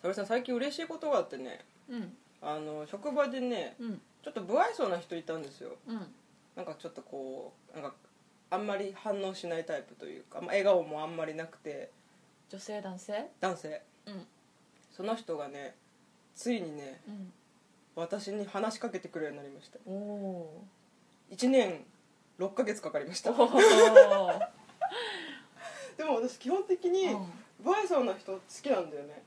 それさ最近嬉しいことがあってねうんあの職場でねうんちょっと不愛想な人いたんですようんなんかちょっとこうなんかあんまり反応しないタイプというか、まあ、笑顔もあんまりなくて女性男性男性うんその人がねついにねうん私に話しかけてくるようになりましたおお1年6ヶ月かかりましたーでおーも私基本的にうん不愛想な人好きなんだよね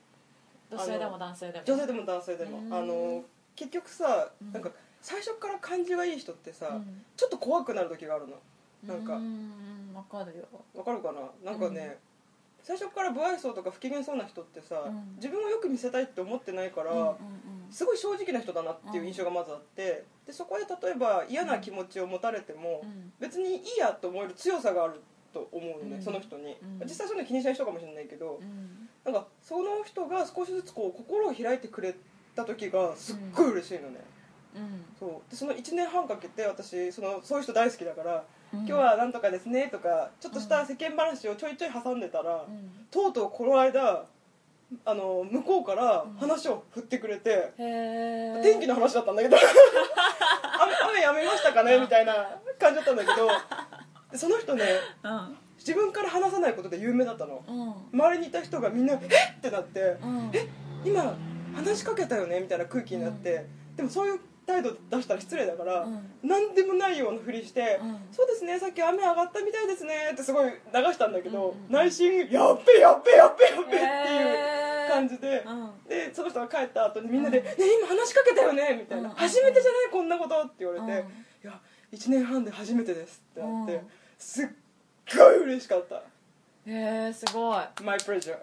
女性でも男性でも女性でも男性でもうんあの結局さうんなんか最初から感じがいい人ってさ、うんちょっと怖くなる時があるのなんかうんわかるよわかるかななんかね、最初から不愛想とか不機嫌そうな人ってさ、うん自分をよく見せたいって思ってないから、うんうんすごい正直な人だなっていう印象がまずあってでそこで例えば嫌な気持ちを持たれても、うん別にいいやと思える強さがあると思うのね、うんその人に、うん実際そういうの気にしない人かもしれないけどう、んなんかその人が少しずつこう心を開いてくれた時がすっごい嬉しいのね、うんそうでその1年半かけて私そのそういう人大好きだから今今日はなんとかですねとかちょっとした世間話をちょいちょい挟んでたら、うんとうとうこの間あの向こうからうん話を振ってくれて、へえ天気の話だったんだけど雨雨やめましたかねみたいな感じだったんだけどでその人ねうん自分から話さないことで有名だったのうん周りにいた人がみんな「えっ!」ってなってうん「今話しかけたよね」みたいな空気になって、でもそういう態度出したら失礼だから、うん何でもないようなふりして、うんそうですねさっき雨上がったみたいですねってすごい流したんだけど、うんうん内心やっべやっべやっべやっべっていうへー感じで、うんでその人が帰った後にみんなで「うんね今話しかけたよね」みたいな、うん初めてじゃないこんなこと」って言われて「うんいや1年半で初めてです」ってなって、うんすっごい嬉しかったへえすごい「My pleasure」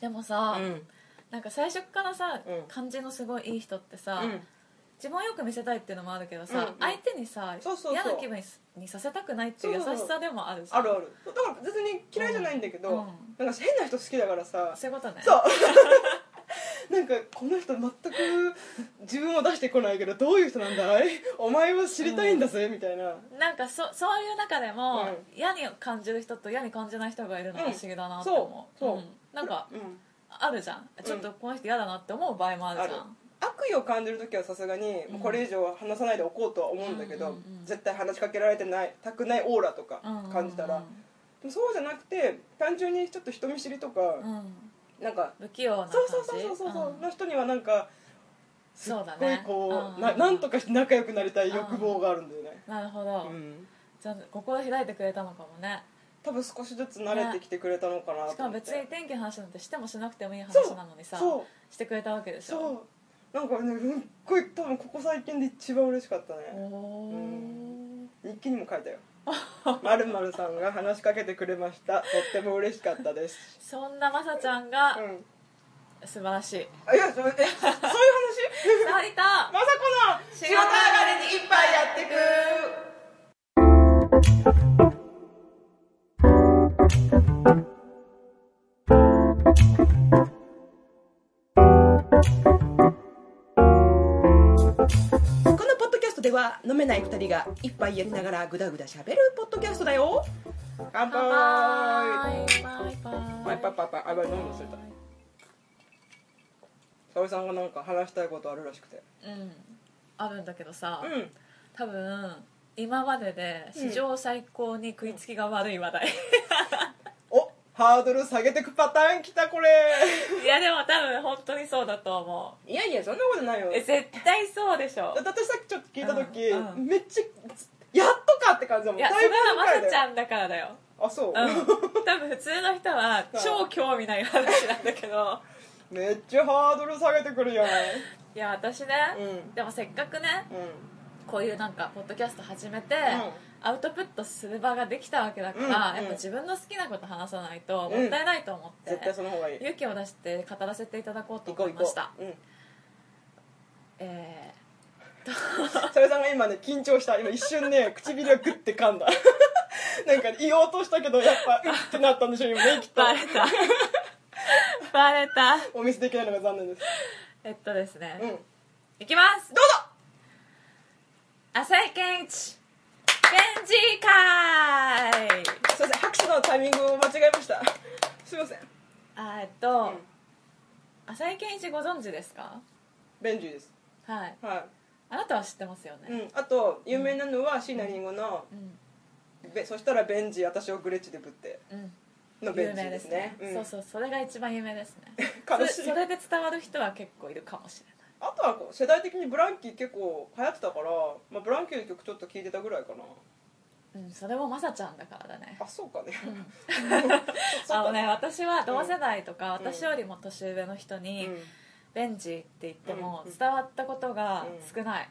でもさ、うんなんか最初っからさ、うん感じのすごいいい人ってさ、うん自分をよく見せたいっていうのもあるけどさ、うんうん相手にさそうそうそう嫌な気分にさせたくないっていう優しさでもあるじゃんあるあるだから別に嫌いじゃないんだけど、うんなんか変な人好きだからさそういうことねそうなんかこの人全く自分を出してこないけどどういう人なんだいお前は知りたいんだぜ、みたいななんかそそういう中でも、う嫌に感じる人と嫌に感じない人がいるのが不思議だなってうん思う,、そうそうんなんかうんあるじゃんちょっとこの人嫌だなって思う場合もあるじゃん、悪意を感じる時はさすがにうんもうこれ以上話さないでおこうとは思うんだけど、うんうんうん絶対話しかけられてないたくないオーラとかうんうんうん感じたら、でもそうじゃなくて単純にちょっと人見知りとか、うんなんか不器用な感じそうそうそうそうそう、んの人にはなんかすっそうだごいねこううんうんうんななんとかして仲良くなりたい欲望があるんだよね、なるほど、うんじゃあ心開いてくれたのかもね多分少しずつ慣れてきてくれたのかなと思ってしかも別に天気の話なんてしてもしなくてもいい話そうなのにさそうしてくれたわけでしょそうなんかねすっごい多分ここ最近で一番嬉しかったおねおー、うん日記にも書いた よ「まるまるさんが話しかけてくれましたとっても嬉しかったですそんなまさちゃん」が うん素晴らしい あいやそえそういう話成田まさこの仕仕事事上上ががりりにに一一杯杯ややっっててくくこのポッドキャストでは飲めない2人が一杯やりながらグダグダしゃべるポッドキャストだよ乾乾杯バイバイバイバイバイバイあやばい飲むの忘れた沙織さんがなんか話したいことあるらしくてうんあるんだけどさ、うん多分今までで史上最高に食いつきが悪い話題、 おハードル下げてくパターンきたこれいやでも多分本当にそうだと思ういやいやそんなことないよえ絶対そうでしょだって私さっきちょっと聞いた時、うんうんめっちゃやっとかって感じだもんいやそだれぶはま前ださよちゃんだからだよあそう、うん、多分普通の人は超興味ない話なんだけど めっちゃハードル下げてくるじゃないいや私ね、うんでもせっかくねうこういうなんかポッドキャスト始めて、うアウトプットする場ができたわけだから、うんうんやっぱ自分の好きなこと話さないともったいないと思って、ん絶対その方がいい勇気を出して語らせていただこうと行こ思うい行まこしたううんえそれさんが今ね緊張した今一瞬ね 唇をグッて噛んだ なんか言おうとしたけどやっ ぱうってなったんでしょう今ねきっー、とバレたバレたお見せできないのが残念ですえっとですね、うんいきますどうぞ浅井健一展示会すいません拍手のタイミングを間違えましたすいませんあえっと、うん浅井健一ご存知ですかベンジーですはいはあなたは知ってますよい、うねん、あと有名なのは椎名林檎のうん「べそしたらベンジー私をグレッチでぶってうん」のベ有ンジ名ーでですすねね、そうそうそれが一番有名ですねうん、悲そしれいそれで伝わる人は結構いるかもしれないあとはこう世代的にブランキー結構流行ってたから、まあ、ブランキーの曲ちょっと聴いてたぐらいかなうん、それもまさちゃんだからだねあそうかね、 そあうのかね私は同世代とか、うん私よりも年上の人に、うんベンジーって言ってもうん伝わったことが少ない、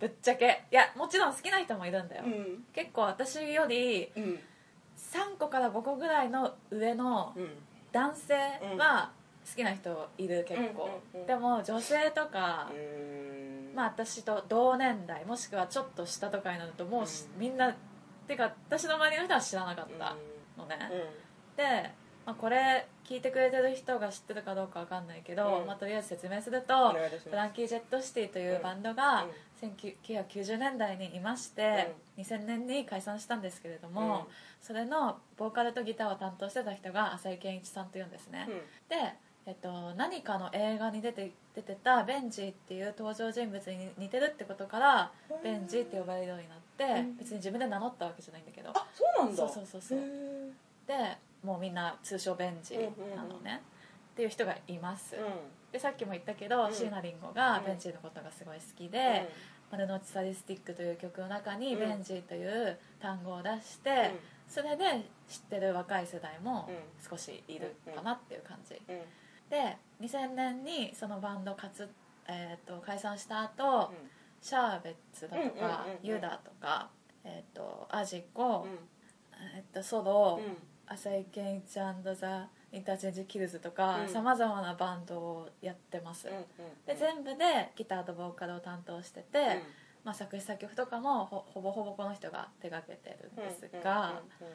ぶっちゃけいやもちろん好きな人もいるんだよ、うん結構私よりうん3個から5個ぐらいの上のうん男性は好きな人いる結構、うんうんうんでも女性とかう、ーんまあ私と同年代もしくはちょっと下とかになるともうし、うんみんなてか私の周りの人は知らなかっうんたのね、うんで、まあ、これ聞いてくれてる人が知ってるかどうかわかんないけど、うんまあ、とりあえず説明すると、お願いいたしフラますンキー・ジェット・シティというバンドうがん1990年代にいまして、2000年に解散したんですけれども、うんそれのボーカルとギターを担当してた人が浅井健一さんというんですね、うんで、えっと、何かの映画に出て出てたベンジーっていう登場人物に似てるってことからうんベンジーって呼ばれるようになって、うん別に自分で名乗ったわけじゃないんだけどあそうなんだそうそうそうそうへーでもうみんな通称ベンジーなのね、うんうんうんっていう人がいます、うでさっきも言ったけど、うん椎名林檎がうんベンジーのことがすごい好きでん「丸の内サディスティック」という曲の中にう「んベンジー」という単語を出して、それで知ってる若い世代もう少しいるかなっていう感じうんうんで2000年にそのバンドかつ、えー、と解散した後、シャーベッツだとか、うんうんうんうんユダとか、えー、とアジうコ、んえー、とソロ、うん浅井健一ザ・インターチェンジ・キルズとかうんさまざまなバンドをやってます、うんで全部でギターとボーカルを担当してて、うんまあ、作詞作曲とかもほほぼほぼこの人が手がけてるんですが、うんうん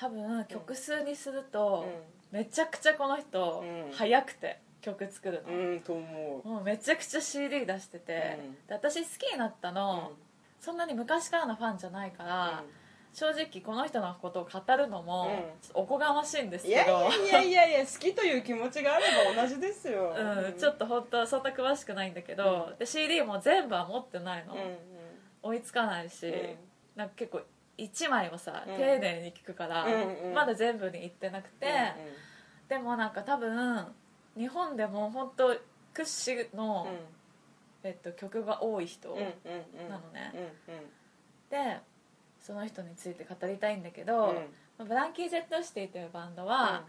多分曲数にすると、うめちゃくちゃこの人、うん早くて曲作るの、んうんと思うもうめちゃくちゃ CD 出してて、うんで私好きになったの、そんなに昔からのファンじゃないから、正直この人のことを語るのも、うんちょっとおこがましいんですいけどやいやいやいやいや好きという気持ちがあれば同じですよ うん、ちょっと本当はそんな詳しくないんだけど、で CD も全部は持ってないの、うんうん追いつかないし、なんか結構1枚をさ、うん丁寧に聞くから、うんうんまだ全部に行ってなくて、うでもなんか多分日本でも本当屈指の、んえっと、曲が多い人、うんうんうんうんなのねうんうんでその人について語りたいんだけど、まあブランキー・ジェット・シティというバンドは、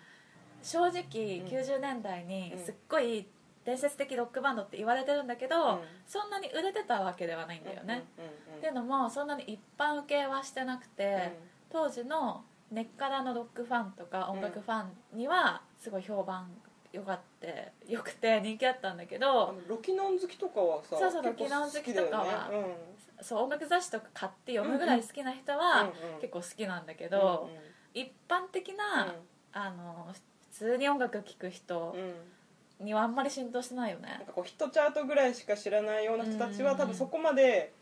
正直うん90年代にうんすっごい伝説的ロックバンドって言われてるんだけど、うんそんなに売れてたわけではないんだよね、うんっていうのもそんなに一般受けはしてなくて、当時の根っからのロックファンとかうん音楽ファンにはすごい評判よかってよくて人気あったんだけど、うんうん、ロキノン好きとかはさそうそう結構ロキノン好きとかは好きだよねそう音楽雑誌とか買って読むぐらい好きな人はうんうん結構好きなんだけうど、んうん一般的な、あの普通に音楽聴く人うんうんにはあんまり浸透してないよねなんかこうヒットチャートぐらいしか知らないような人たちうはんうんう多ん分そこまで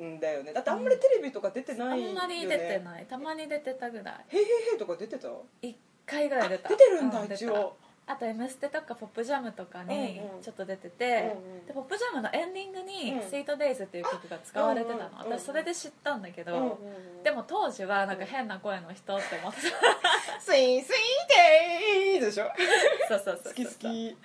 んだよねだってあんまりテレビとか出てあないよ、ね、んまり出てないたまに出てたぐら「へいへいへい」とか出てたい1回ぐらい出た出てるんだ、う一出た応あと「M ステ」とか「ポップジャム」とかにうんうんちょっと出てて、うんうんでポップジャムのエンディングにうん「スイートデイズっていう曲が使われてたの、うんうんうん私それで知ったんだけど、うんうんうんでも当時はなんか変な声の人って思って スインスインテイでしょたそうそうそうそ好うき好き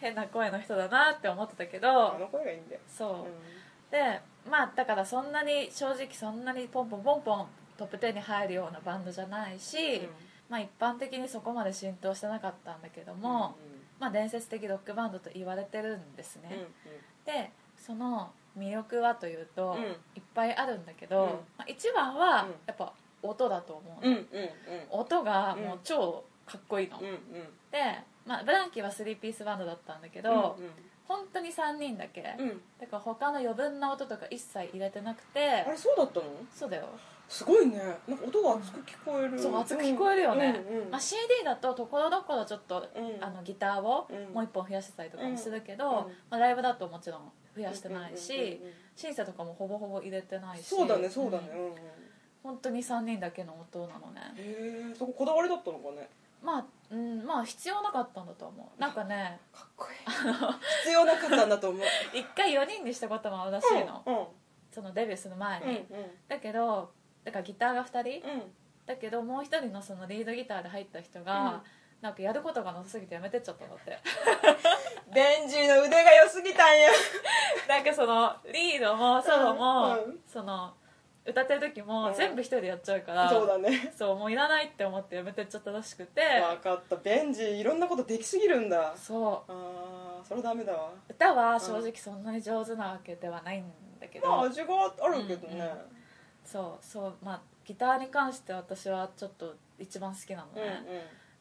変な声の人だなって思ってたけあどの声がいいんだよ、そう、うんでまあだからそんなに正直そんなにポンポンポンポントップ10に入るようなバンドじゃないし、まあ一般的にそこまで浸透してなかったんだけども、まあ伝説的ロックバンドと言われてるんですうんうんね、でその魅力はというと、うんいっぱいあるんだけど、うんまあ、一番はうんやっぱ音だと思う、うんうんうん音がもう超かっこいいの、うんうんで、まあ、ブランキーは3ピースバンドだったんだけど、うん本当に3人だけ、うんうんだから他の余分な音とか一切入れてなくてあれそうだったのそうだよ、すごいねなんか音が熱く聞こえるそう熱く聞こえるよね、うんうんまあ、CD だとところどころちょっと、うんあのギターをうんもう一本増やしてたりとかもするけど、うんうんまあ、ライブだともちろん増やしてないし、うんうんうんうん審査とかもほぼほぼ入れてないしそうだねそうだね、ううんんうん本当に3人だけの音なのねへえそここだわりだったのかねまあ、うん、まあ必要なかったんだと思うなんかねかっこいい必要なかったんだと思う一回4人にしたこともあるらしいの、うんそのデビューする前に、うんだけどだからギターが2人うんうんだけどもう1人のそのリードギターで入った人が、なんかやることがなさすぎてやめてっちゃったんだってデンジーの腕が良すぎたんや なんかそのリードもソロも、うんうんその歌ってる時もうん全部1人でやっちゃうから、そうだねそうもういらないって思ってやめてっちゃったらしくて分かったベンジーいろんなことできすぎるんだそあーそれダメだわう歌は正直そんなに上手なわけではないんだけど、まあ味があるけどね、うんうんそうそうまあギターに関して私はちょっと一番好きなのうんね、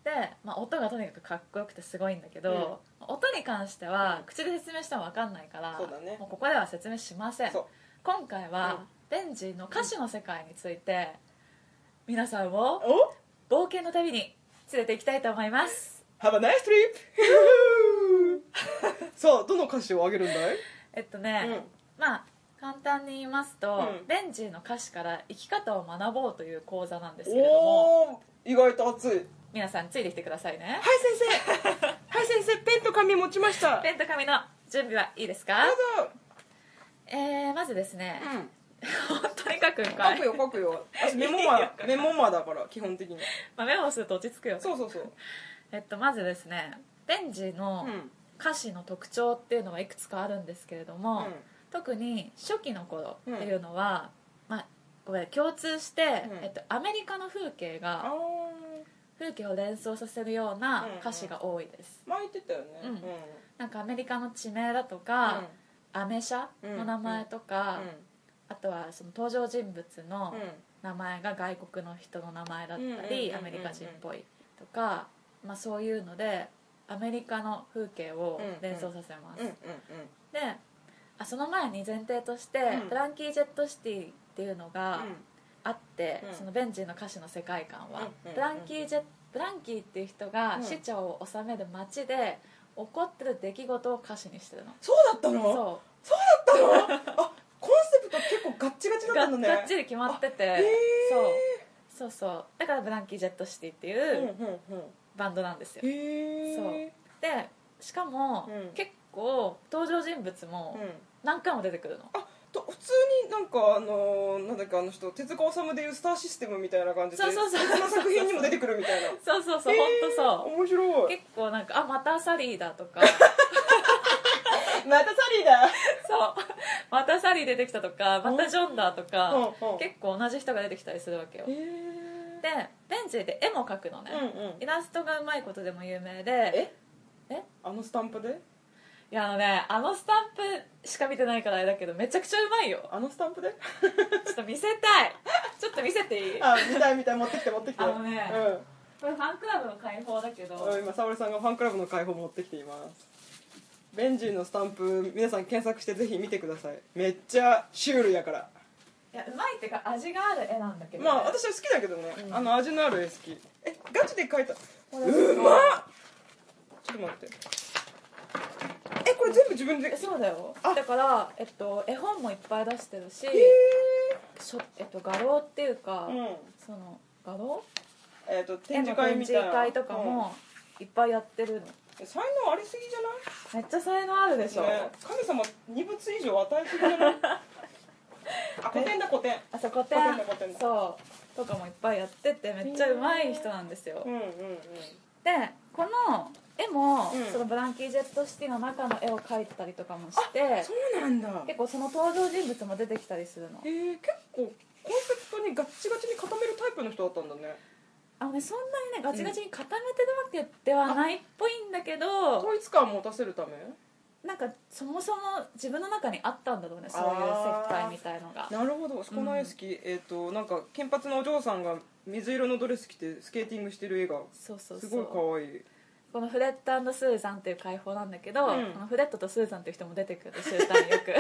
で、まあ、音がとにかくかっこよくてすごいんだけど、音に関してはうん口で説明しても分かんないから、そうだねもうここでは説明しませんそう今回は、ベンジの歌詞の世界について皆さんをうんお冒険の旅に連れて行きたいと思います Have a nice trip! さあどの歌詞をあげるんだい、えっとね、まあ簡単に言いますと、うんベンジの歌詞から生き方を学ぼうという講座なんですけれどもおおー意外と熱いはい皆さんついてきてくださいね先生はい先生ペンと紙持ちましたペンと紙の準備はいいですかどうぞえー、まずですね、うん本当に書くんか書いく、よ書く よ私メモマメモマだから基本的にまあ、メモすると落ち着くよねそうそうそうえっとまずですねベンジのうん歌詞の特徴っていうのはいくつかあるんですけれども、特に初期の頃っていうのは、まあこれ共通して、うんえっと、アメリカの風景ああが風景を連想させるようなうんうん歌詞が多いです、巻いてたよねうんなんかアメリカの地名だとか、アメ車の名前とうんか、うんあとはその登場人物のうん名前が外国の人の名前だったうんうんうんうんうりんアメリカ人っぽいとか、まあ、そういうのでアメリカの風景を連想させます、うんうんであその前に前提として、うんブランキー・ジェット・シティっていうのがあって、うんそのベンジーの歌詞の世界観は、うんうんうんブランキー・ジェブランキーっていう人がうん市長を治める街で起こってる出来事を歌詞にしてるの、そうだったのそうそだったのあコンセプト結構ガッチガチうだがったのねがっちり決まってて、へーそうそうそうだからブランキー・ジェット・シティっていううんうんうんバンドなんですよ、へえでしかも、うん結構登場人物もん何回も出てくるの、と普通になんかあのーなんだっけあの人手塚治虫でいうスターシステムみたいな感じでそうそうそう別の作品にも出てくるみたいなそうそうそう、へー本当そう面白い結構なんか「あまたサリーだ」とかまたサリーだそう「またサリー出てきた」とか「またジョンだ」とかうんうん結構同じ人が出てきたりするわけよへでえベンチで絵も描くのうんねうんイラストがうまいことでも有名であのスタンプでいやあのねあのスタンプしか見てないからあれだけどめちゃくちゃうま いよあのスタンプでちょっと見せたいちょっと見せていいあ見たい見たい持ってきて持ってきてあのねうんこれファンクラブの解放だけどあ今沙織さんがファンクラブの開放持ってきていますベンジーのスタンプ皆さん検索してぜひ見てくださいめっちゃシュールやからいやうまいっていうか味がある絵なんだけどね、まあ私は好きだけどね、うんあの味のある絵好きえガチで描いたこれすうごいまっちょっと待ってえこれ全部自分でえへそうだよあだから、えっと、絵本もいっぱい出してるし、えしょえっと、画廊っていうか、うんその画廊えっ、と絵展の示会展みた示いな会とかもいっぱいやってるのうん才能ありすぎじゃないめっちゃ才能あるでしょ、ね神様二物以上与えすぎじゃ ないあ古典だ古典あそこ古展典だ古典だそうとかもいっぱいやっててめっちゃうまい人なんですよ、うんうんうんでこの絵も、うんそのブランキー・ジェット・シティの中の絵を描いたりとかもしてそうなんだ結構その登場人物も出てきたりするのえー、結構コンセプトにガッチガチに固めるタイプの人だったんだねあのねそんなにねガチガチに固めてるわけではないっぽいんだけど、統一感を持たせるためなんかそもそも自分の中にあったんだろうねそういうあー世界みたいのがなるほどそこの絵好き、えっ、となんか金髪のお嬢さんが水色のドレス着てスケーティングしてる絵がそうそうすそごいう可愛いこのフレッドスーザンっていう解放なんだけど、うんこのフレッドとスーザンっていう人も出てくる週単によく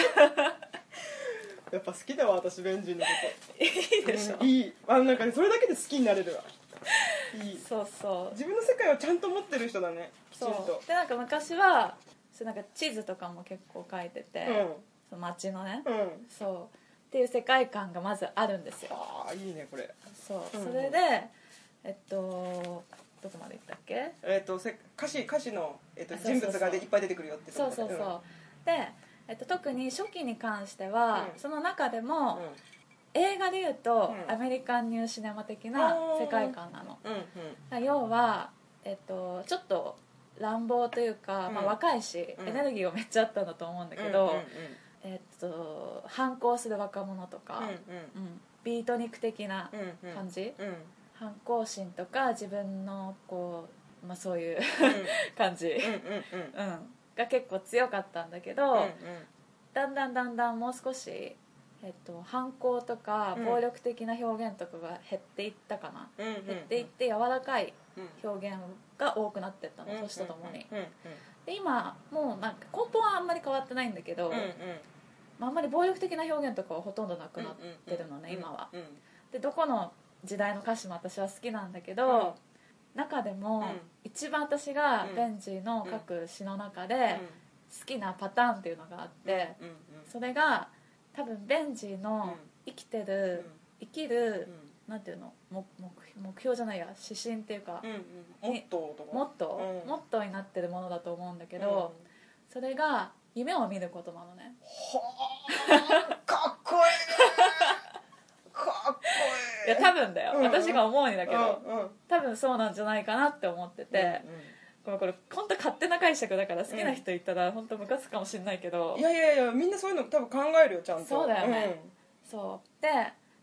やっぱ好きだわ私ベンジンのこ いいとでしょ、うんいいあのなんかねそれだけで好きになれるわいいそうそう自分の世界をちゃんと持ってる人だねきちんそとうでなんか昔はそうなんか地図とかも結構書いてて、うんその街のね、うんそうっていう世界観がまずあるんですよああいいねこれそう、うんそれでえっとどこまで行ったっけえっとせ歌詞歌詞の、えっとあそうそうそ人う物がでいっぱい出てくるよってとこそうでそうそう、んで、えっと、特に初期に関しては、うんその中でうも、ん映画でいうと、うんアメリカンニューシネマ的な世界観なのうんうんだから要は、えっと、ちょっと乱暴というか、うんまあ、若いし、うんエネルギーをめっちゃあったんだと思うんだけど、うんうんえっと、反抗する若者とか、うんビートニック的なうんうんうんうん感じ、うんうん反抗心とか自分のこう、まあ、そういう 感じ、うんうんうんうんが結構強かったんだけど、だんだんだんだんもう少し、えっと、反抗とかうん暴力的な表現とかが減っていったかな、うんうんうん減っていって柔らかいうんうん表現が多くなってったの年とともに、うんうんで今もうなんか根本はあんまり変わってないんだけど、うんうんまあ、あんまり暴力的な表現とかはほとんどなくなってるのね、今はうんでどこの時代の歌詞も私は好きなんだけど、中でも、うん一番私がうんベンジーの書く詩の中で、うん好きなパターンっていうのがあって、うんうんそれが多分ベンジーの生きてる、生きる、なんていうの目目目標じゃないや指針っていうか、うんうんうんもっととかモットー、うんモットーになってるものだと思うんだけど、それが夢を見ることなのねはあかっこいいねかっこいいいや多分だよ、うんうん私が思うにだけど、うんうん多分そうなんじゃないかなって思ってて、ごめんこれ本当勝手な解釈だから好きな人いたら本当ムカつくかもしれないけど、うんいやいやいやみんなそういうの多分考えるよちゃんとそうだよねそうで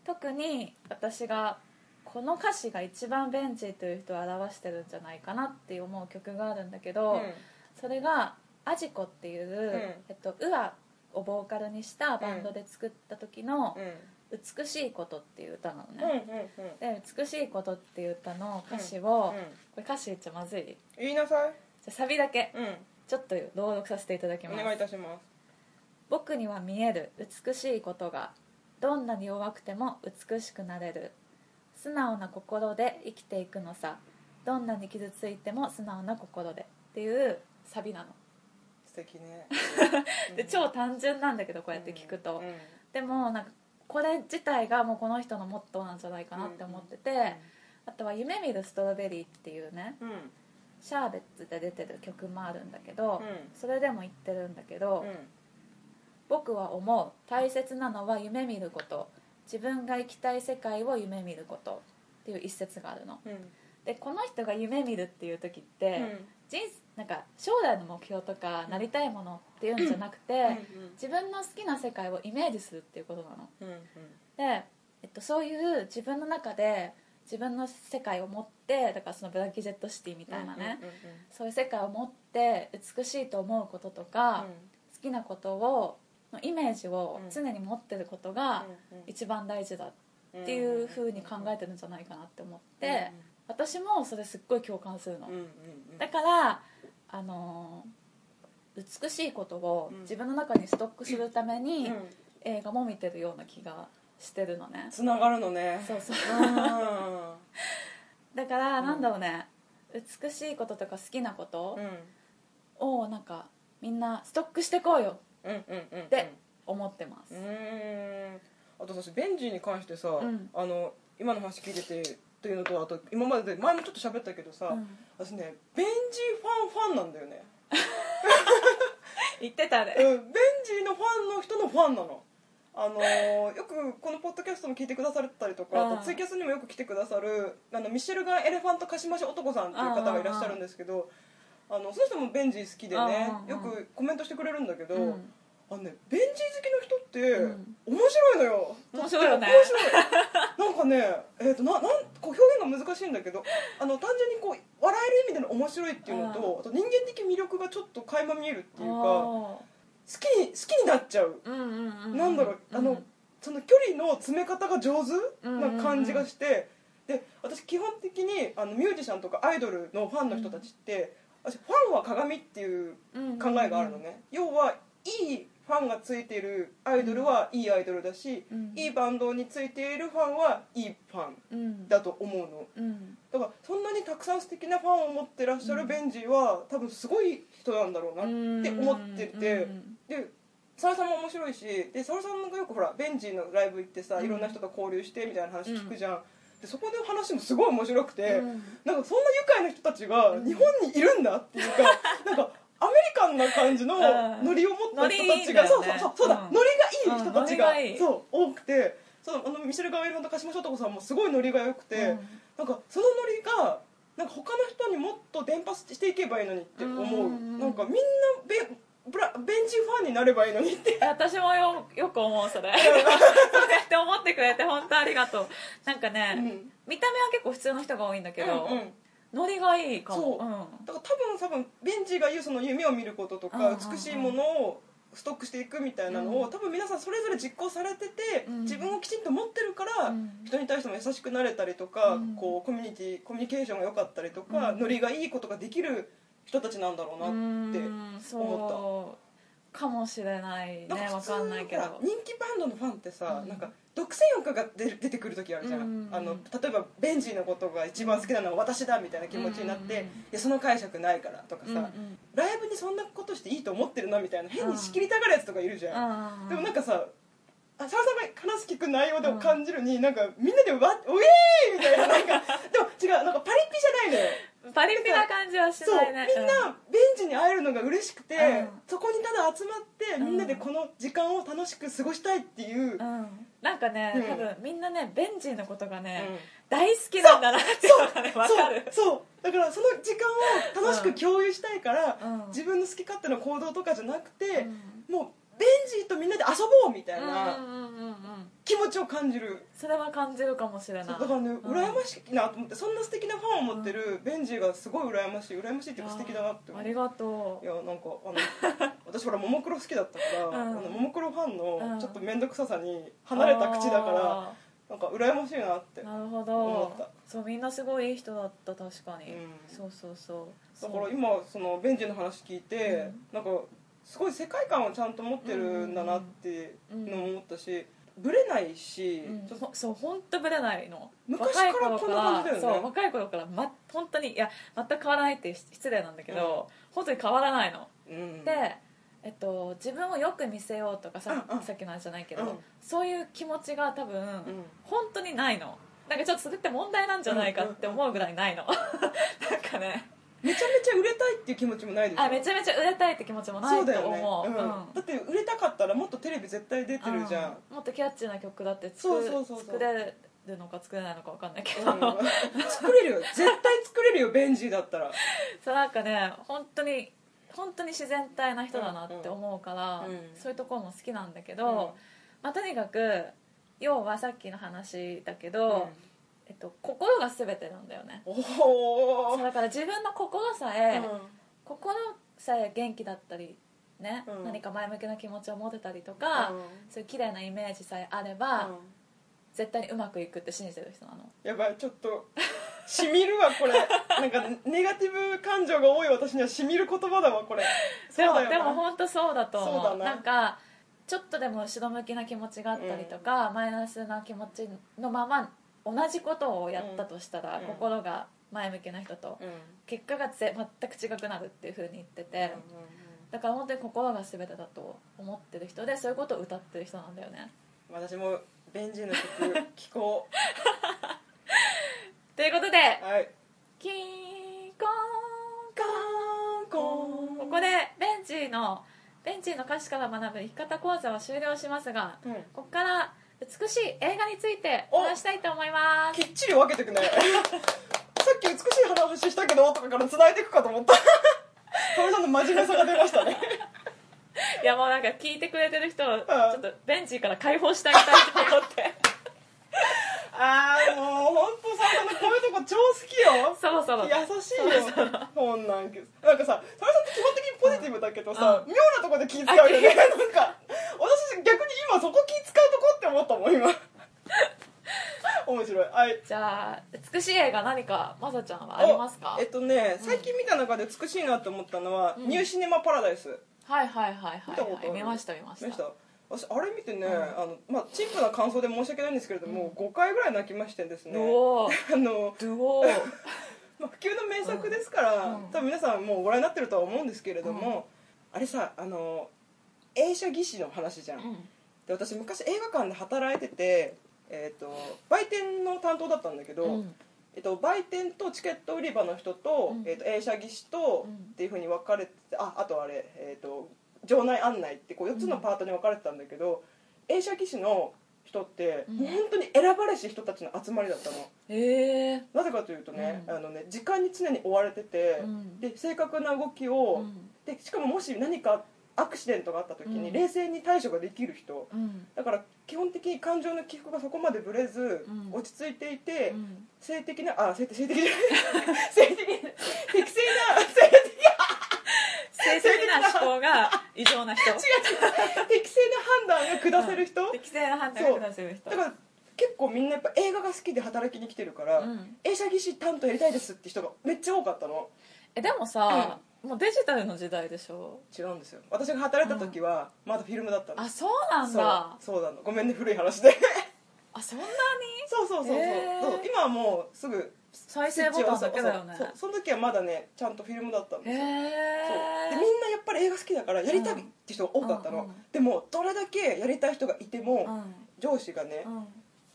特に私がこの歌詞が一番ベンチという人を表してるんじゃないかなって思う曲があるんだけうんど、うんそれがアジコっていう、えっと、ウアをボーカルにしたバンドで作った時のうん「美しいこと」っていう歌なのうんうんね、うんで「美しいこと」っていう歌の歌詞を、うんこれ歌詞言っちゃまずいじ言いなさいゃあサビだけうんちょっと朗読させていただきますお願いいたします僕には見える美しいことがどんなに弱くても美しくなれる素直な心で生きていくのさどんなに傷ついても素直な心でっていうサビなの素敵ねで超単純なんだけどこうやって聞くと、でもなんかこれ自体がもうこの人のモットーなんじゃないかなって思ってて、あとは「夢見るストロベリー」っていうねうんうんシャーベッツで出てる曲もあるんだけうど、んそれでも言ってるんだけど、うん僕は思う大切なのは夢見ること自分が行きたい世界を夢見ることっていう一節があるのうんでこの人が夢見るっていう時っうて、ん人なんか将来の目標とかなりたいものっていうんじゃなくて、自分の好きな世界をイメージするっていうことなのうんうんうんで、えっと、そういう自分の中で自分の世界を持ってだからそのブラキジェットシティみたいなね、うんうんそういう世界を持って美しいと思うこととか、好きなことをのイメージを常に持ってることがうんうん一番大事だうんっていうふうに考えてるんじゃないかなって思って私もそれすっごい共感するのうんうんうんだからあのー美しいことをうん自分の中にストックするためにうん映画も見てるような気がしてるのねつながるのねそうそううだからなんだろうね美しいこととか好きなことんうんをなんかみんなストックしてこうよっうんうんうんて思ってますうーんあと私ベンジーに関してさ、んあの今の話聞いててというのとあと今までで前もちょっと喋ったけどさ、うん私ねベンジーファンファンなんだよね、言ってたうん、ねベンジーのファンの人のファンなのあのーよくこのポッドキャストも聞いてくださったりとかああーとツイキャスにもよく来てくださるあのミシェルガン・エレファント・カシマシ男さんっていう方がいらっしゃるんですけどあのその人もベンジー好きでねあーよくコメントしてくれるんだけど、うんあのねベンジー好きの人ってう面ん白いのよ、面白いよね面白いなんかねえー、とななんこう表現が難しいんだけどあの単純にこう笑える意味での面白いっていうのとあと人間的魅力がちょっと垣間見えるっていうか好あきに好きになっちゃう、ーうんうんうんなんだろうあの、その距離の詰め方が上手うんな感じがして、で私基本的にあのミュージシャンとかアイドルのファンの人たちって、私ファンは鏡っていう考えがあるのね、要はいいファンがついてるアイドルはいいアイドルだし、うんいいバンドについているファンはいいファンうんだと思うのうんだからそんなにたくさん素敵なファンを持ってらっしゃうるんベンジーは多分すごい人なんだろうなって思ってて、うんで沙織さんも面白いしで沙織さんがよくほらベンジーのライブ行ってさ、うんいろんな人と交流してみたいな話聞くじゃん、でそこの話もすごい面白くて、うんなんかそんな愉快な人たちが日本にいるんだって いうか、なんかアメリカンな感じのうんノリを持った人たちノリいいんだが、そようねそうそうそうだ、うノんリがいい人たちうんノが,、リがいいそう多くてそのあのミシェル・ガウエルさんと鹿島翔太子さんもすごいノリが良くて、うんなんかそのノリがなんか他の人にもっと伝播していけばいいのにって思う、うんうんうんなんかみんなベブラベンチファンになればいいのにって私もよよく思 うそれそうやって思ってくれて本当ありがとうなんかね、うん見た目は結構普通の人が多いんだけど、うんうんノリがいいかもそんだから多分多分ベンチが言うその夢を見ることとうんかうんうん美しいものをストックしていくみたいなのを、うん多分皆さんそれぞれ実行されてて、うん自分をきちんと持ってるから、うん人に対しても優しくなれたりとか、うんこうコミュニティコミュニケーションが良かったりとか、うんノリがいいことができる人たちなんだろうなって、うん思ったそうかもしれないねなんわ普通のかんないけほらど人気バンドのファンってさ、うんなんか独占欲が出る出てくる時あるじゃん、うんあの例えばベンジーのことが一番好きなのは私だみたいな気持ちになって、うんいやその解釈ないからとかさ、うんうんライブにそんなことしていいと思ってるなみたいな変に仕切りたがるやつとかいるじゃん、うんでもなんかかさあ沢さんが話す聞く内容でも感じるに、なんかみんなでわ「ウエーイ!」みたいななんかでも違うなんかパリピじゃないのよパリピな感じはしそうないみんなねベンチに会えるのが嬉しくて、うんそこにただ集まってうんみんなでこの時間を楽しく過ごしたいっていう、うんうんなんかね、うん多分みんなねベンジーのことがね、うん大好きなんだなっていうのがねわかるそうそうだからその時間を楽しく共有したいから、うん自分の好き勝手な行動とかじゃなくて、うんもうベンジーとみんなで遊ぼうみたいうんなうんうんうん気持ちを感じる、それは感じるかもしれないそうだからね、うん羨ましいなと思ってそんな素敵なファンを持ってるベンジーがすごい羨ましい羨ましいっていうか素敵だなって思あうりがというやなんかあの 私ほらももクロ好きだったから、うんあのももクロファンうんのちょっと面倒くささに離れた口だから、あなんか羨ましいなってーなるほ思どったそうみんなすごいいい人だった確かに、うんそうそうそうだから今そのベンジーの話聞いて、なんかすごい世界観をちゃんと持ってるんだなってのを思ったし、ブレないし、うんちょっとほそう本当ぶれないの昔から若い頃こんな感じだよねそう若い頃から、ま、本当にいや全く変わらないって失礼なんだけど、本当に変わらないの、うんで、えっと、自分をよく見せようとかさ,、うんうんさっきの話じゃないけど、うんそういう気持ちが多分、うん本当にないのなんかちょっとそれって問題なんじゃないかって思うぐらいないの なんかねめちゃめちゃ売れたいっていう気持ちもないでしょあめちゃめちゃ売れたいって気持ちもなそういだとよね、思ううんだって売れたかったらもっとテレビ絶対出てるじゃん、うんもっとキャッチーな曲だって作そうそうそうそう作れるのか作れないのか分かんないけど、うん作れるよ絶対作れるよベンジーだったら、そうなんかね本当に本当に自然体な人だなって思うから、うんうんそういうところも好きなんだけど、まあ、とにかく要はさっきの話だけど、えっと、心が全てなんだよねおおそうーだから自分の心さえ、心さえ元気だったりね、うん何か前向きな気持ちを持てたりとうか、んそういう綺麗なイメージさえあれば、うん絶対にうまくいくって信じてる人なのやばいちょっとしみるわこれなんかネガティブ感情が多い私にはしみる言葉だわこれそうでだもよなでも本当そうだと思そううだななんかちょっとでも後ろ向きな気持ちがあったりとか、マイナスな気持ちのまま同じことをやったとしたら、うん心が前向きな人と、うん結果がぜ全く違くなるっていうふうに言ってて、うんだから本当に心が全てだと思ってる人でそういうことを歌ってる人なんだよね私もベンジーの曲聞こということでうはい「キーコーンここでベンチーのベンチーの歌詞から学ぶ生き方講座は終了しますがうんここから美しい映画についてお話したいと思いますきっちり分けてくね さっき美しい話したけどとかから繋いでいくかと思った かおりさんの真面目さが出ましたねいやもうなんか聞いてくれてる人をちょっとベンチーから解放してあげたいと思ってああもう本当さそのこういうとこ超好きよそろそろ優しいよこんなんけなんかさそれさんって基本的にポジティブだけどさ、妙なとこで気使うよねなんか私逆に今そこ気使うとこって思ったもん 今面白いはいじゃあ美しい映画何かまさちゃんはありますかおえっとね最近見た中で美しいなと思ったのは、うんニューシネマパラダイスはいはいはい見たことあはるい見ました見ました見ました私あれ見てね、うんあのまあチンプな感想で申し訳ないんですけれども、5回ぐらい泣きましてですねドゥ あのオードゥオーまあ、普及の名作ですから、うんうん多分皆さんもうご覧になってるとは思うんですけれども、あれさあの映写技師の話じゃん、うんで私昔映画館で働いててえー、と売店の担当だったんだけど、うんえっと、売店とチケット売り場の人と,、うんえっと映写技師と、うんっていうふうに分かれててああとあれ、えっと、場内案内ってこう4つのパートに分かれてたんだけど、映写技師の人って、うんもう本当に選ばれし人たちの集まりだったのええなぜかというとね,、うんあのね時間に常に追われてて、うんで正確な動きを、うんでしかももし何かアクシデントがあった時に、うん冷静に対処ができる人、うんだから基本的に感情の起伏がそこまでぶれず、うん落ち着いていて、うん性的なあ性的性的じゃない 性的適正な性性的な思考が異常な人適正な判断が下せる人、うん適正な判断が下せる人だから結構みんなやっぱ映画が好きで働きに来てるから、うん映写技師担当やりたいですって人がめっちゃ多かったのえでもさ、もうデジタルの時代でしょ違うんですよ私が働いた時はまだフィルムだったの、あそうなんそうだそうなのごめんね古い話であ そんなにそうそうそうそう,、へーそう今はもうすぐ再生ボタンだけだよねそうその時はまだねちゃんとフィルムだったんへですよそうでみえんなやっぱり映画好きだからやりたいって人が多かったの、うんうんうんでもどれだけやりたい人がいても、うん上司がね、うん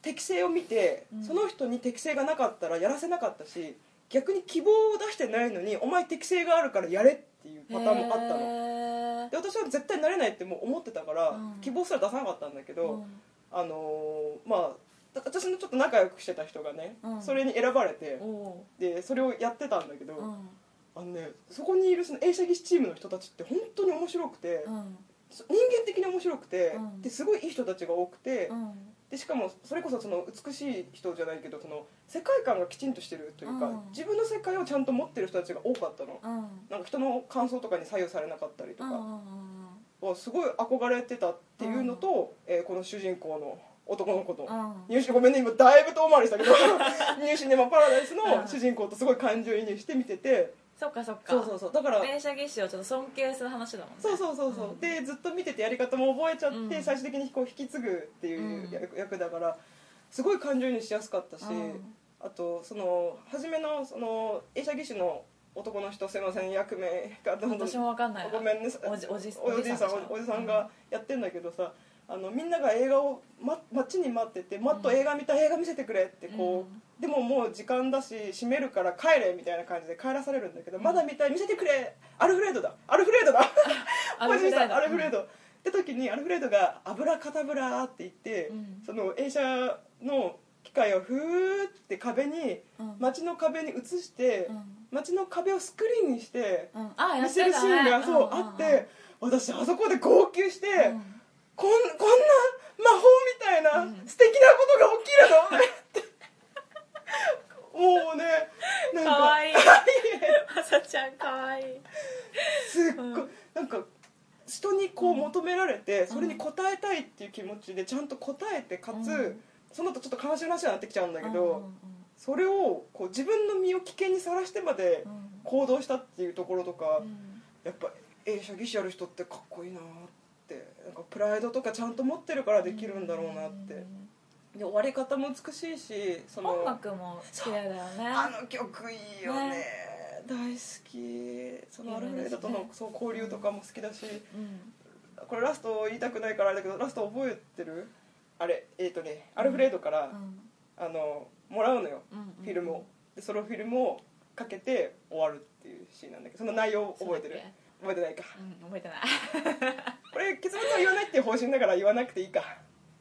適性を見て、うんその人に適性がなかったらやらせなかったし逆に希望を出してないのにお前適性があるからやれっていうパターンもあったのへで私は絶対なれないってもう思ってたから、うん希望すら出さなかったんだけえど、あのーまあだ私のちょっと仲良くしてた人がね、うんそれに選ばれてうんおでそれをやってたんだけど、ううんあのねそこにいるその映写技師チームの人たちって本当に面白くて、うんそ人間的に面白くて、うんですごいいい人たちが多くて、うんでしかもそれこそその美しい人じゃないけどその世界観がきちんとしてるというか、うん自分の世界をちゃんと持ってる人たちが多かったの、うんなんか人の感想とかに左右されなかったりとうかんう、んわすごい憧れてたっていうのと、えーこの主人公の男の子と。うん入試ごめんね今だいぶ遠回りした けど入試ね、まあ、パラダイスの主人公とすごい感情移入して見てて、そっかそっかそうそうそうだから電車技師をちょっと尊敬する話だもんねそうそうそうそう、うんでずっと見ててやり方も覚えちゃって、うん最終的にこう引き継ぐっていううん役,、だからすごい感情移入しやすかったし、うんあとその初めのその映写技師の男の人すいません役名がどんどん私も分かんないなごめんねおじおじおじさんおじさんがやってんだけどさ、あのみんなが映画を、ま、待ちに待ってて「マット映画見たい映画見せてくれ」ってこう、うんでももう時間だし閉めるから帰れみたいな感じで帰らされるんだけど「まだ見たい見せてくれアルフレードだアルフレードだ」ア小ルフレ泉さードんアルフレード、って時にアルフレードが「油かたぶら」って言って、うんその映写の機械をふーって壁にうん街の壁に映して、うん街の壁をスクリーンにしてうんああ見やってせるシたねーンがそう、んんんあって私あそこで号泣して、うんこんこんな魔法みたいな、うん素敵なことが起きるの もうねなんかわいいまさちゃんかわいいすっごい、うんなんか人にこう求められて、それに応えたいっていう気持ちでちゃんと応えてかつ、うんその後ちょっと悲しい話になってきちゃうんだけど、うんうんそれをこう自分の身を危険にさらしてまでうん行動したっていうところとか、うんやっぱ映写技師やる人ってかっこいいなってなんかプライドとかちゃんと持ってるからできるんだろうなって、うんで終わり方も美しいしその音楽も好きだよねあの曲いいよねね大好きそのアルフレードと有名のですそう交流とかも好きだしうんこれラスト言いたくないからあれだけどラスト覚えてるあれえっ、とねアルフレードから、うんあのもらうのようんうんフィルムをでそのフィルムをかけて終わるっていうシーンなんだけどその内容覚えてそうるだっ覚えてないかけうん覚えてないこれ結末は言わないっていう方針だから言わなくていいか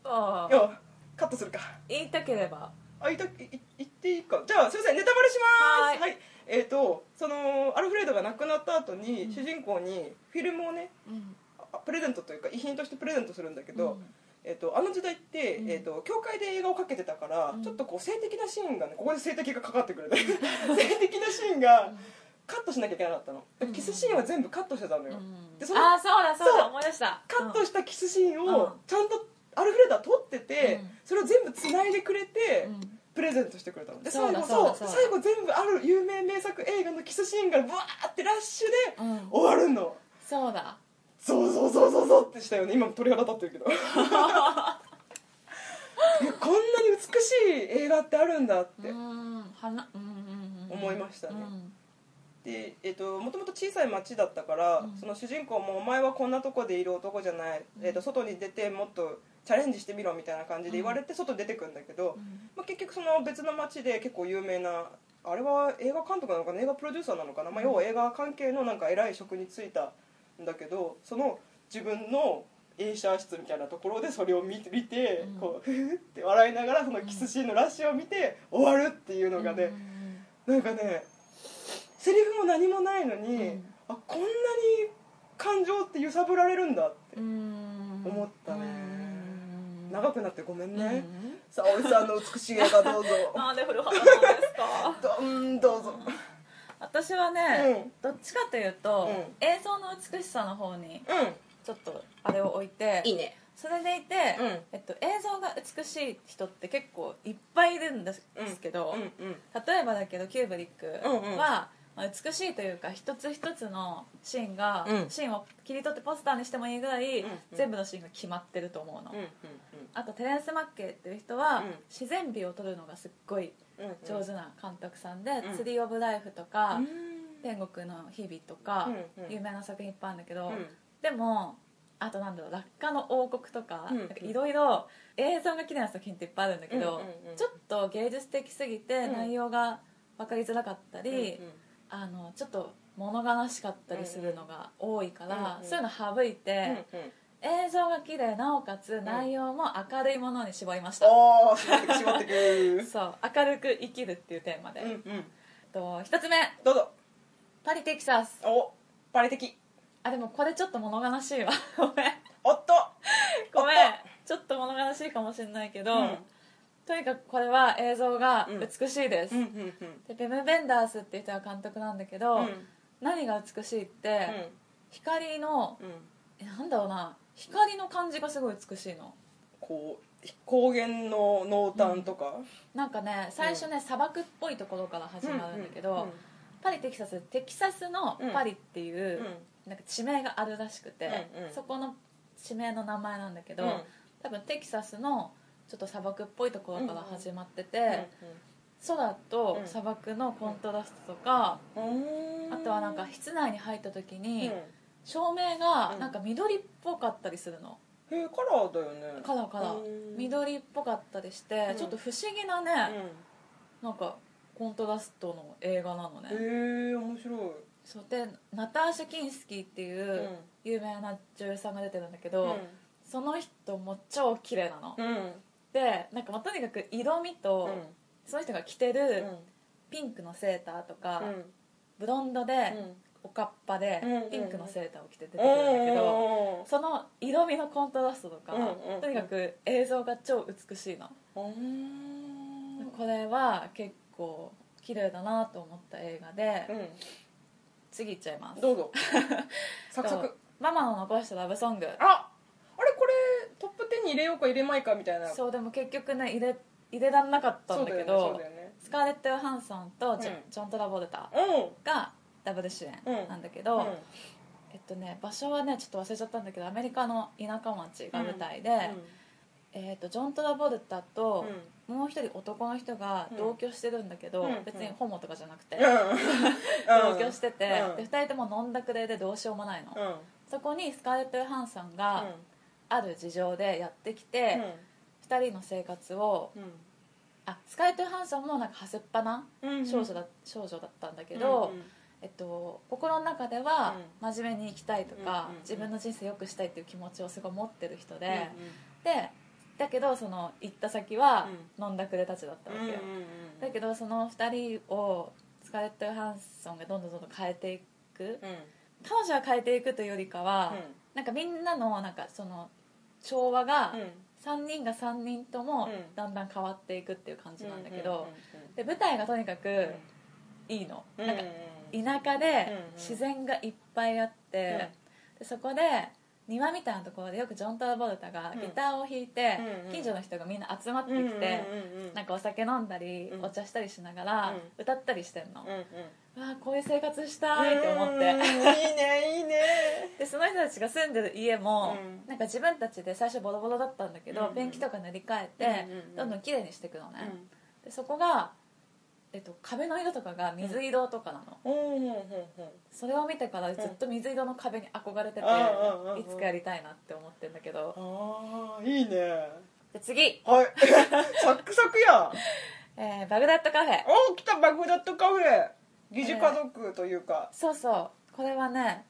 あいあやカットするか言いたければあいたいい言っていいかじゃあすいませんネタバレしますははいえっ、とそのアルフレードが亡くなった後に、うん主人公にフィルムをねうんあプレゼントというか遺品としてプレゼントするんだけど、うんえっとあの時代って、うんえっと教会で映画をかけてたから、うんちょっとこう性的なシーンがねここで性的がかかって くるね性的なシーンがうんカットしなきゃいけなかったのうんキスシーンは全部カットしてたのよ、うんでそのああそうだそうそうだ思い出したカットししたキスシーンうんをちゃんとアルフレードは撮ってて、うんそれを全部つないでくれて、プレゼントしてくれたのでそう最だ後そうそだうそうだ最後全部ある有名名作映画のキスシーンがブワーってラッシュで終わるのそうだそうそうそうそうそうってしたよね今も鳥肌立ってるけ ど いやこんなに美しい映画ってあるんだって、うんはなうんうんうんうん思いましたねうんでえっともともと小さい町だったから、うんその主人公も「お前はこんなとこでいる男じゃない、うんえっと外に出てもっとチャレンジしてみろ」みたいな感じで言われて外出てくんだけど、まあ、結局その別の町で結構有名なあれは映画監督なのかな映画プロデューサーなのかな、まあ、要は映画関係のなんか偉い職に就いたんだけどその自分の映写室みたいなところでそれを見て見て、うんこうふふって笑いながらそのキスシーンのラッシュを見て終わるっていうのがね、なんかねセリフも何もないのに、うんあこんなに感情って揺さぶられるんだって、思思ったねく長くなってごめんね、さあおさんの美しい映画どうぞ なんで古畑さんですかどうんどうぞ私はね、うんどっちかというと、う映像の美しさの方にうちょっとあれを置いてんいいねそれでいて、うんえっと、映像が美しい人って結構いっぱいいるんですけど、うんうん例えばだけどキューブリックは、うんうんまあ、美しいというか一つ一つのシーンが、うんシーンを切り取ってポスターにしてもいいぐらい、うんうん全部のシーンが決まってると思うの、うんうんあとテレンス・マッケーっていう人は、うん自然美を撮るのがすっごいうんうん上手な監督さんで「んツリー・オブ・ライフ」とか、うん天国の日々」とか、うんうん有名な作品いっぱいあるんだけど、うんでもあとなんだろう「落下の王国」とかうんいろいろ映像が綺麗な作品っていっぱいあるんだけど、うんうんうんちょっと芸術的すぎてうん内容が分かりづらかったうんうんり、あのちょっと物悲しかったりするのが多いから、うんうんそういうの省いて、うんうん映像が綺麗なおかつ内容も明るいものに絞りました、おー絞ってく絞ってくそう明るく生きるっていうテーマで、うんうえっんと1つ目どうぞパリ・テキサスおパレ的あでもこれちょっと物悲しいわ ごめんおっとごめんおっちょっと物悲しいかもしれないけど、うんとにかくこれは映像が美しいです、とうんうんうんでベム・ベンダースっていう人が監督なんだけど、うん何が美しいって、光のうんうんえなんだろうな光の感じがすごい美しいのこう高原の濃淡とかなんかね最初ね、砂漠っぽいところから始まるんだけど、パリテキサステキサスのパリっていう、なんか地名があるらしくて、うんうんそこの地名の名前なんだけど、うん多分テキサスのちょっと砂漠っぽいところから始まってて、空と砂漠のコントラストとか、うんあとはなんか室内に入った時うんに、へ照明がうんなんか緑っぽかったりするの、えカラーだよねカラーカラうんー緑っぽかったりして、うんちょっと不思議なうね、んなんかコントラストの映画なのね、へえ面白いそうでナターシャ・キンスキーっていうう有名な女優さんが出てるんだけど、うんその人も超綺麗なの、うんでなんかもうとにかく色味と、その人が着てうるんピンクのセーターとか、うんブロンドで、おかっぱで、うんピンクのセーターを着て出てうくるんだけど、んその色味のコントラストとか、うんうんとにかく映像が超美しいの、うんこれは結構綺麗だなと思った映画で、次いっちゃいますどうぞサクサとクママの残したラブソングああれこれトップ10に入れようか入れまいかみたいなそうでも結局ね入れ入れられなかったんだけそどうだよねスカーレット・ヨハンソンとジョ,、うんジョン・トラボルタそうだよねがダブル主演うんなんだけうど、んうんえっとね、場所はねちょっと忘れちゃったんだけどアメリカの田舎町が舞台で、えっとジョン・トラボルタと、もう一人男の人が同居してるんだけど、うん別にホモとかじゃなくて、うん同居してて、うんで2人とも飲んだくれでどうしようもないの、うんうんそこにスカーレット・ヨハンさんがある事情でやってきて、二2人の生活をうんあスカーレット・ヨハンさんもなんかはすっぱなうんうん少女だ,、少女だったんだけど、うんうんえっと、心の中ではう真面目に生きたいとか、うんうんうん自分の人生良くしたいっていう気持ちをすごい持ってる人で、うでだけどその行った先は飲んだくれたちだったわんけうんよ、うんうんだけどその2人をスカーレット・ヨハンソンがどんどんどんどん変えていくうん彼女が変えていくというよりかは、うんなんかみんなのなんかその調和がうん3人が3人ともうんだんだん変わっていくっていう感じなんだけうんどうんうんで舞台がとにかくいいの、なんか田舎でうんうん自然がいっぱいあって、でそこで庭みたいなところでよくジョン・トラボルタがギターを弾いてうんうん近所の人がみんな集まってきて、なんか、かお酒飲んだり、うんお茶したりしながら、う歌ったりしてんの、うんうん、わあこういう生活したいって思って、うんいいねいいねでその人たちが住んでる家も、うんなんか自分たちで最初ボロボロだったんだけど、うんペンキとか塗り替えて、うんうんうんどんどん綺麗にしていくのね、うでそこがえっと、壁の色とかが水色とかなの、うんうんうんうんそれを見てからずっと水色の壁に憧れてて、うんうんうんうんいつかやりたいなって思ってんだけどああいいねで次、はいサックサクやえーバグダッドカフェおお来たバグダッドカフェ疑似家族というか、そうそうこれはね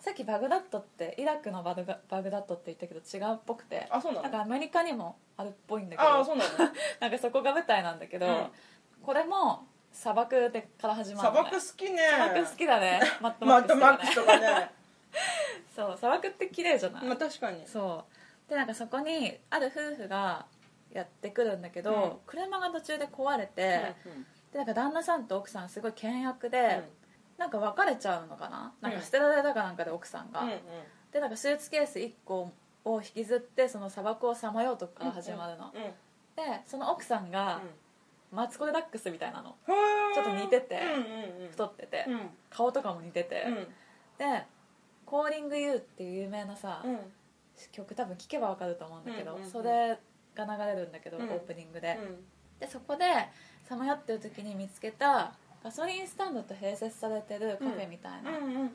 さっきバグダッドってイラクのバグダバグダッドって言ったけど違うっぽくてあそうなのなんかアメリカにもあるっぽいんだけああどそうなの なんかそこが舞台なんだけど、うんこれも砂漠でから始ま砂るのね漠好きね砂漠好き だねマットママッックスドとマッかクねスとかねそう砂漠って綺麗じゃない、まあ確かにそうでなんかそこにある夫婦がやってくるんだけど、うん車が途中で壊れうんて、でなんか旦那さんと奥さんすごい険悪で、なんか別れちゃうのかななんか捨てられたかなんかで奥さんが、うんうんでなんかスーツケース1個を引きずってその砂漠をさまようとこから始まるの、うんうんでその奥さんが、マツコ・デラックスみたいなのうんちょっと似ててうんうんうん太ってて、うん顔とかも似てて、うんで「コーリング・ユー」っていう有名なさ、うん曲多分聴けばわかると思うんだけど、うんうんうんそれが流れるんだけど、うんオープニングで、でそこでさまよってる時に見つけたガソリンスタンドと併設されてるカフェみたいな、うんうんうんうん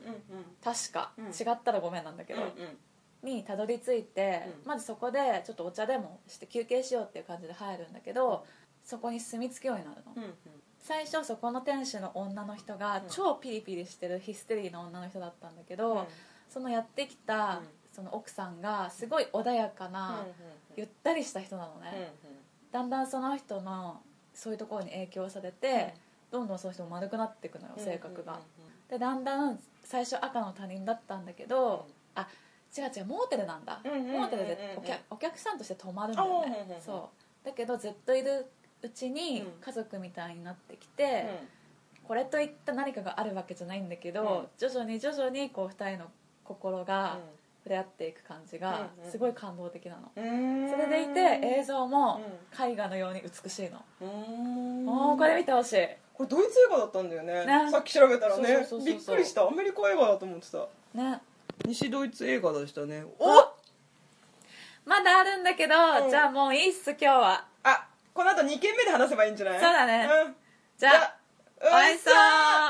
確か、うん違ったらごめんなんだけど、うんにたどり着いて、うんまずそこでちょっとお茶でもして休憩しようっていう感じで入るんだけどそこに住み着くようになるの、うんうん最初そこの店主の女の人うがん超ピリピリしてるヒステリーな女の人だったんだけど、そのやってきた、うんその奥さんがすごい穏やかな、ゆったりした人なのね、だんだんその人のそういうところに影響されて、どんどんその人も丸くなっていくのよ性格が、でだんだん最初赤の他人だったんだけど、あ違う違うモーテルなんだ、うんうんうんうんうんモーテルでお客お客さんとして泊まるんだあよね、うんうんうんそうだけどずっといるうちにうん家族みたいになってきて、これといった何かがあるわけじゃないんだけど、徐々に徐々にこう2人の心が触れ合っていく感じがうんうんすごい感動的なの、うんそれでいて映像も絵画のように美しいの、うんもうこれ見てほしいこれドイツ映画だったんだよねねさっき調べたらねそうそうそうそうびっくりしたアメリカ映画だと思ってたね西ドイツ映画でしたねおあまだあるんだけど、うんじゃあもういいっす今日はあこの後2軒目で話せばいいんじゃないそうだねんじじゃゃああおいしそう